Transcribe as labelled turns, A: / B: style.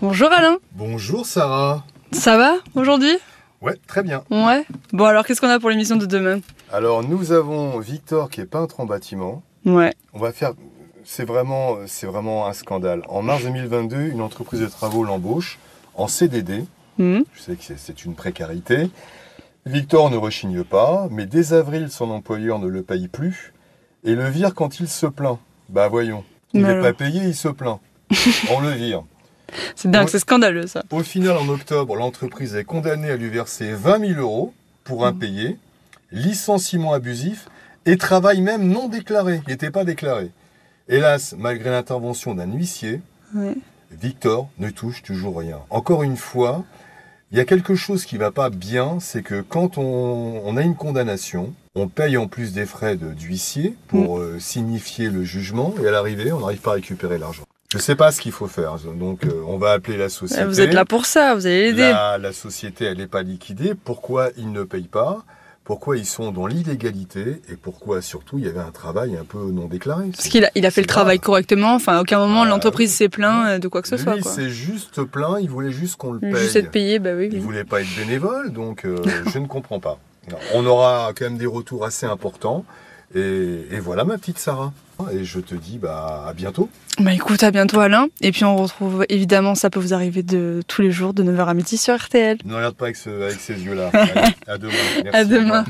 A: Bonjour Alain,
B: Bonjour Sarah.
A: ça va aujourd'hui
B: Ouais, très bien.
A: Ouais. Bon alors qu'est-ce qu'on a pour l'émission de demain
B: Alors nous avons Victor qui est peintre en bâtiment.
A: Ouais.
B: On va faire c'est vraiment c'est vraiment un scandale. En mars 2022, une entreprise de travaux l'embauche en CDD.
A: Mhm.
B: Je sais que c'est- c'est une précarité. Victor ne rechigne pas, mais dès avril son employeur ne le paye plus et le vire quand il se plaint. Bah voyons, il
A: Mais
B: n'est
A: alors
B: pas payé, il se plaint. On le vire.
A: C'est dingue,
B: Ouais.
A: c'est scandaleux ça.
B: Au final, en octobre, l'entreprise est condamnée à lui verser 20 000 euros
A: Mmh.
B: pour impayé, licenciement abusif et travail même non déclaré. Il n'était pas déclaré. Hélas, malgré l'intervention d'un huissier,
A: Ouais.
B: Victor ne touche toujours rien. Encore une fois, il y a quelque chose qui va pas bien, c'est que quand on, on a une condamnation, on paye en plus des frais de- d'huissier pour
A: Mmh.
B: euh, signifier le jugement et à l'arrivée, on n'arrive pas à récupérer l'argent. Je sais pas ce qu'il faut faire, donc euh, on va appeler la société.
A: Ouais, Eh, Vous êtes là pour ça, vous allez l'aider.
B: La, la société, elle n'est pas liquidée. Pourquoi ils ne payent pas Pourquoi ils sont dans l'illégalité Et pourquoi, surtout, il y avait un travail un peu non déclaré
A: Parce qu'il a, il a fait
B: C'est
A: le travail
B: grave.
A: correctement, enfin à aucun moment
B: Ah,
A: l'entreprise s'est plaint euh, de quoi que ce
B: Lui,
A: soit.
B: il
A: Quoi.
B: s'est juste plaint. Il voulait juste qu'on le paye.
A: Juste être payé, bah oui.
B: Il voulait pas être bénévole, donc euh, je ne comprends pas. Non, On aura quand même des retours assez importants. Et, et voilà ma petite Sarah. Et je te dis bah, à bientôt.
A: Bah écoute, à bientôt Alain. Et puis on retrouve évidemment, ça peut vous arriver de tous les jours de 9h à midi sur RTL.
B: Ne regarde pas avec, ce- avec ces yeux-là. Allez, à demain. Merci.
A: À demain.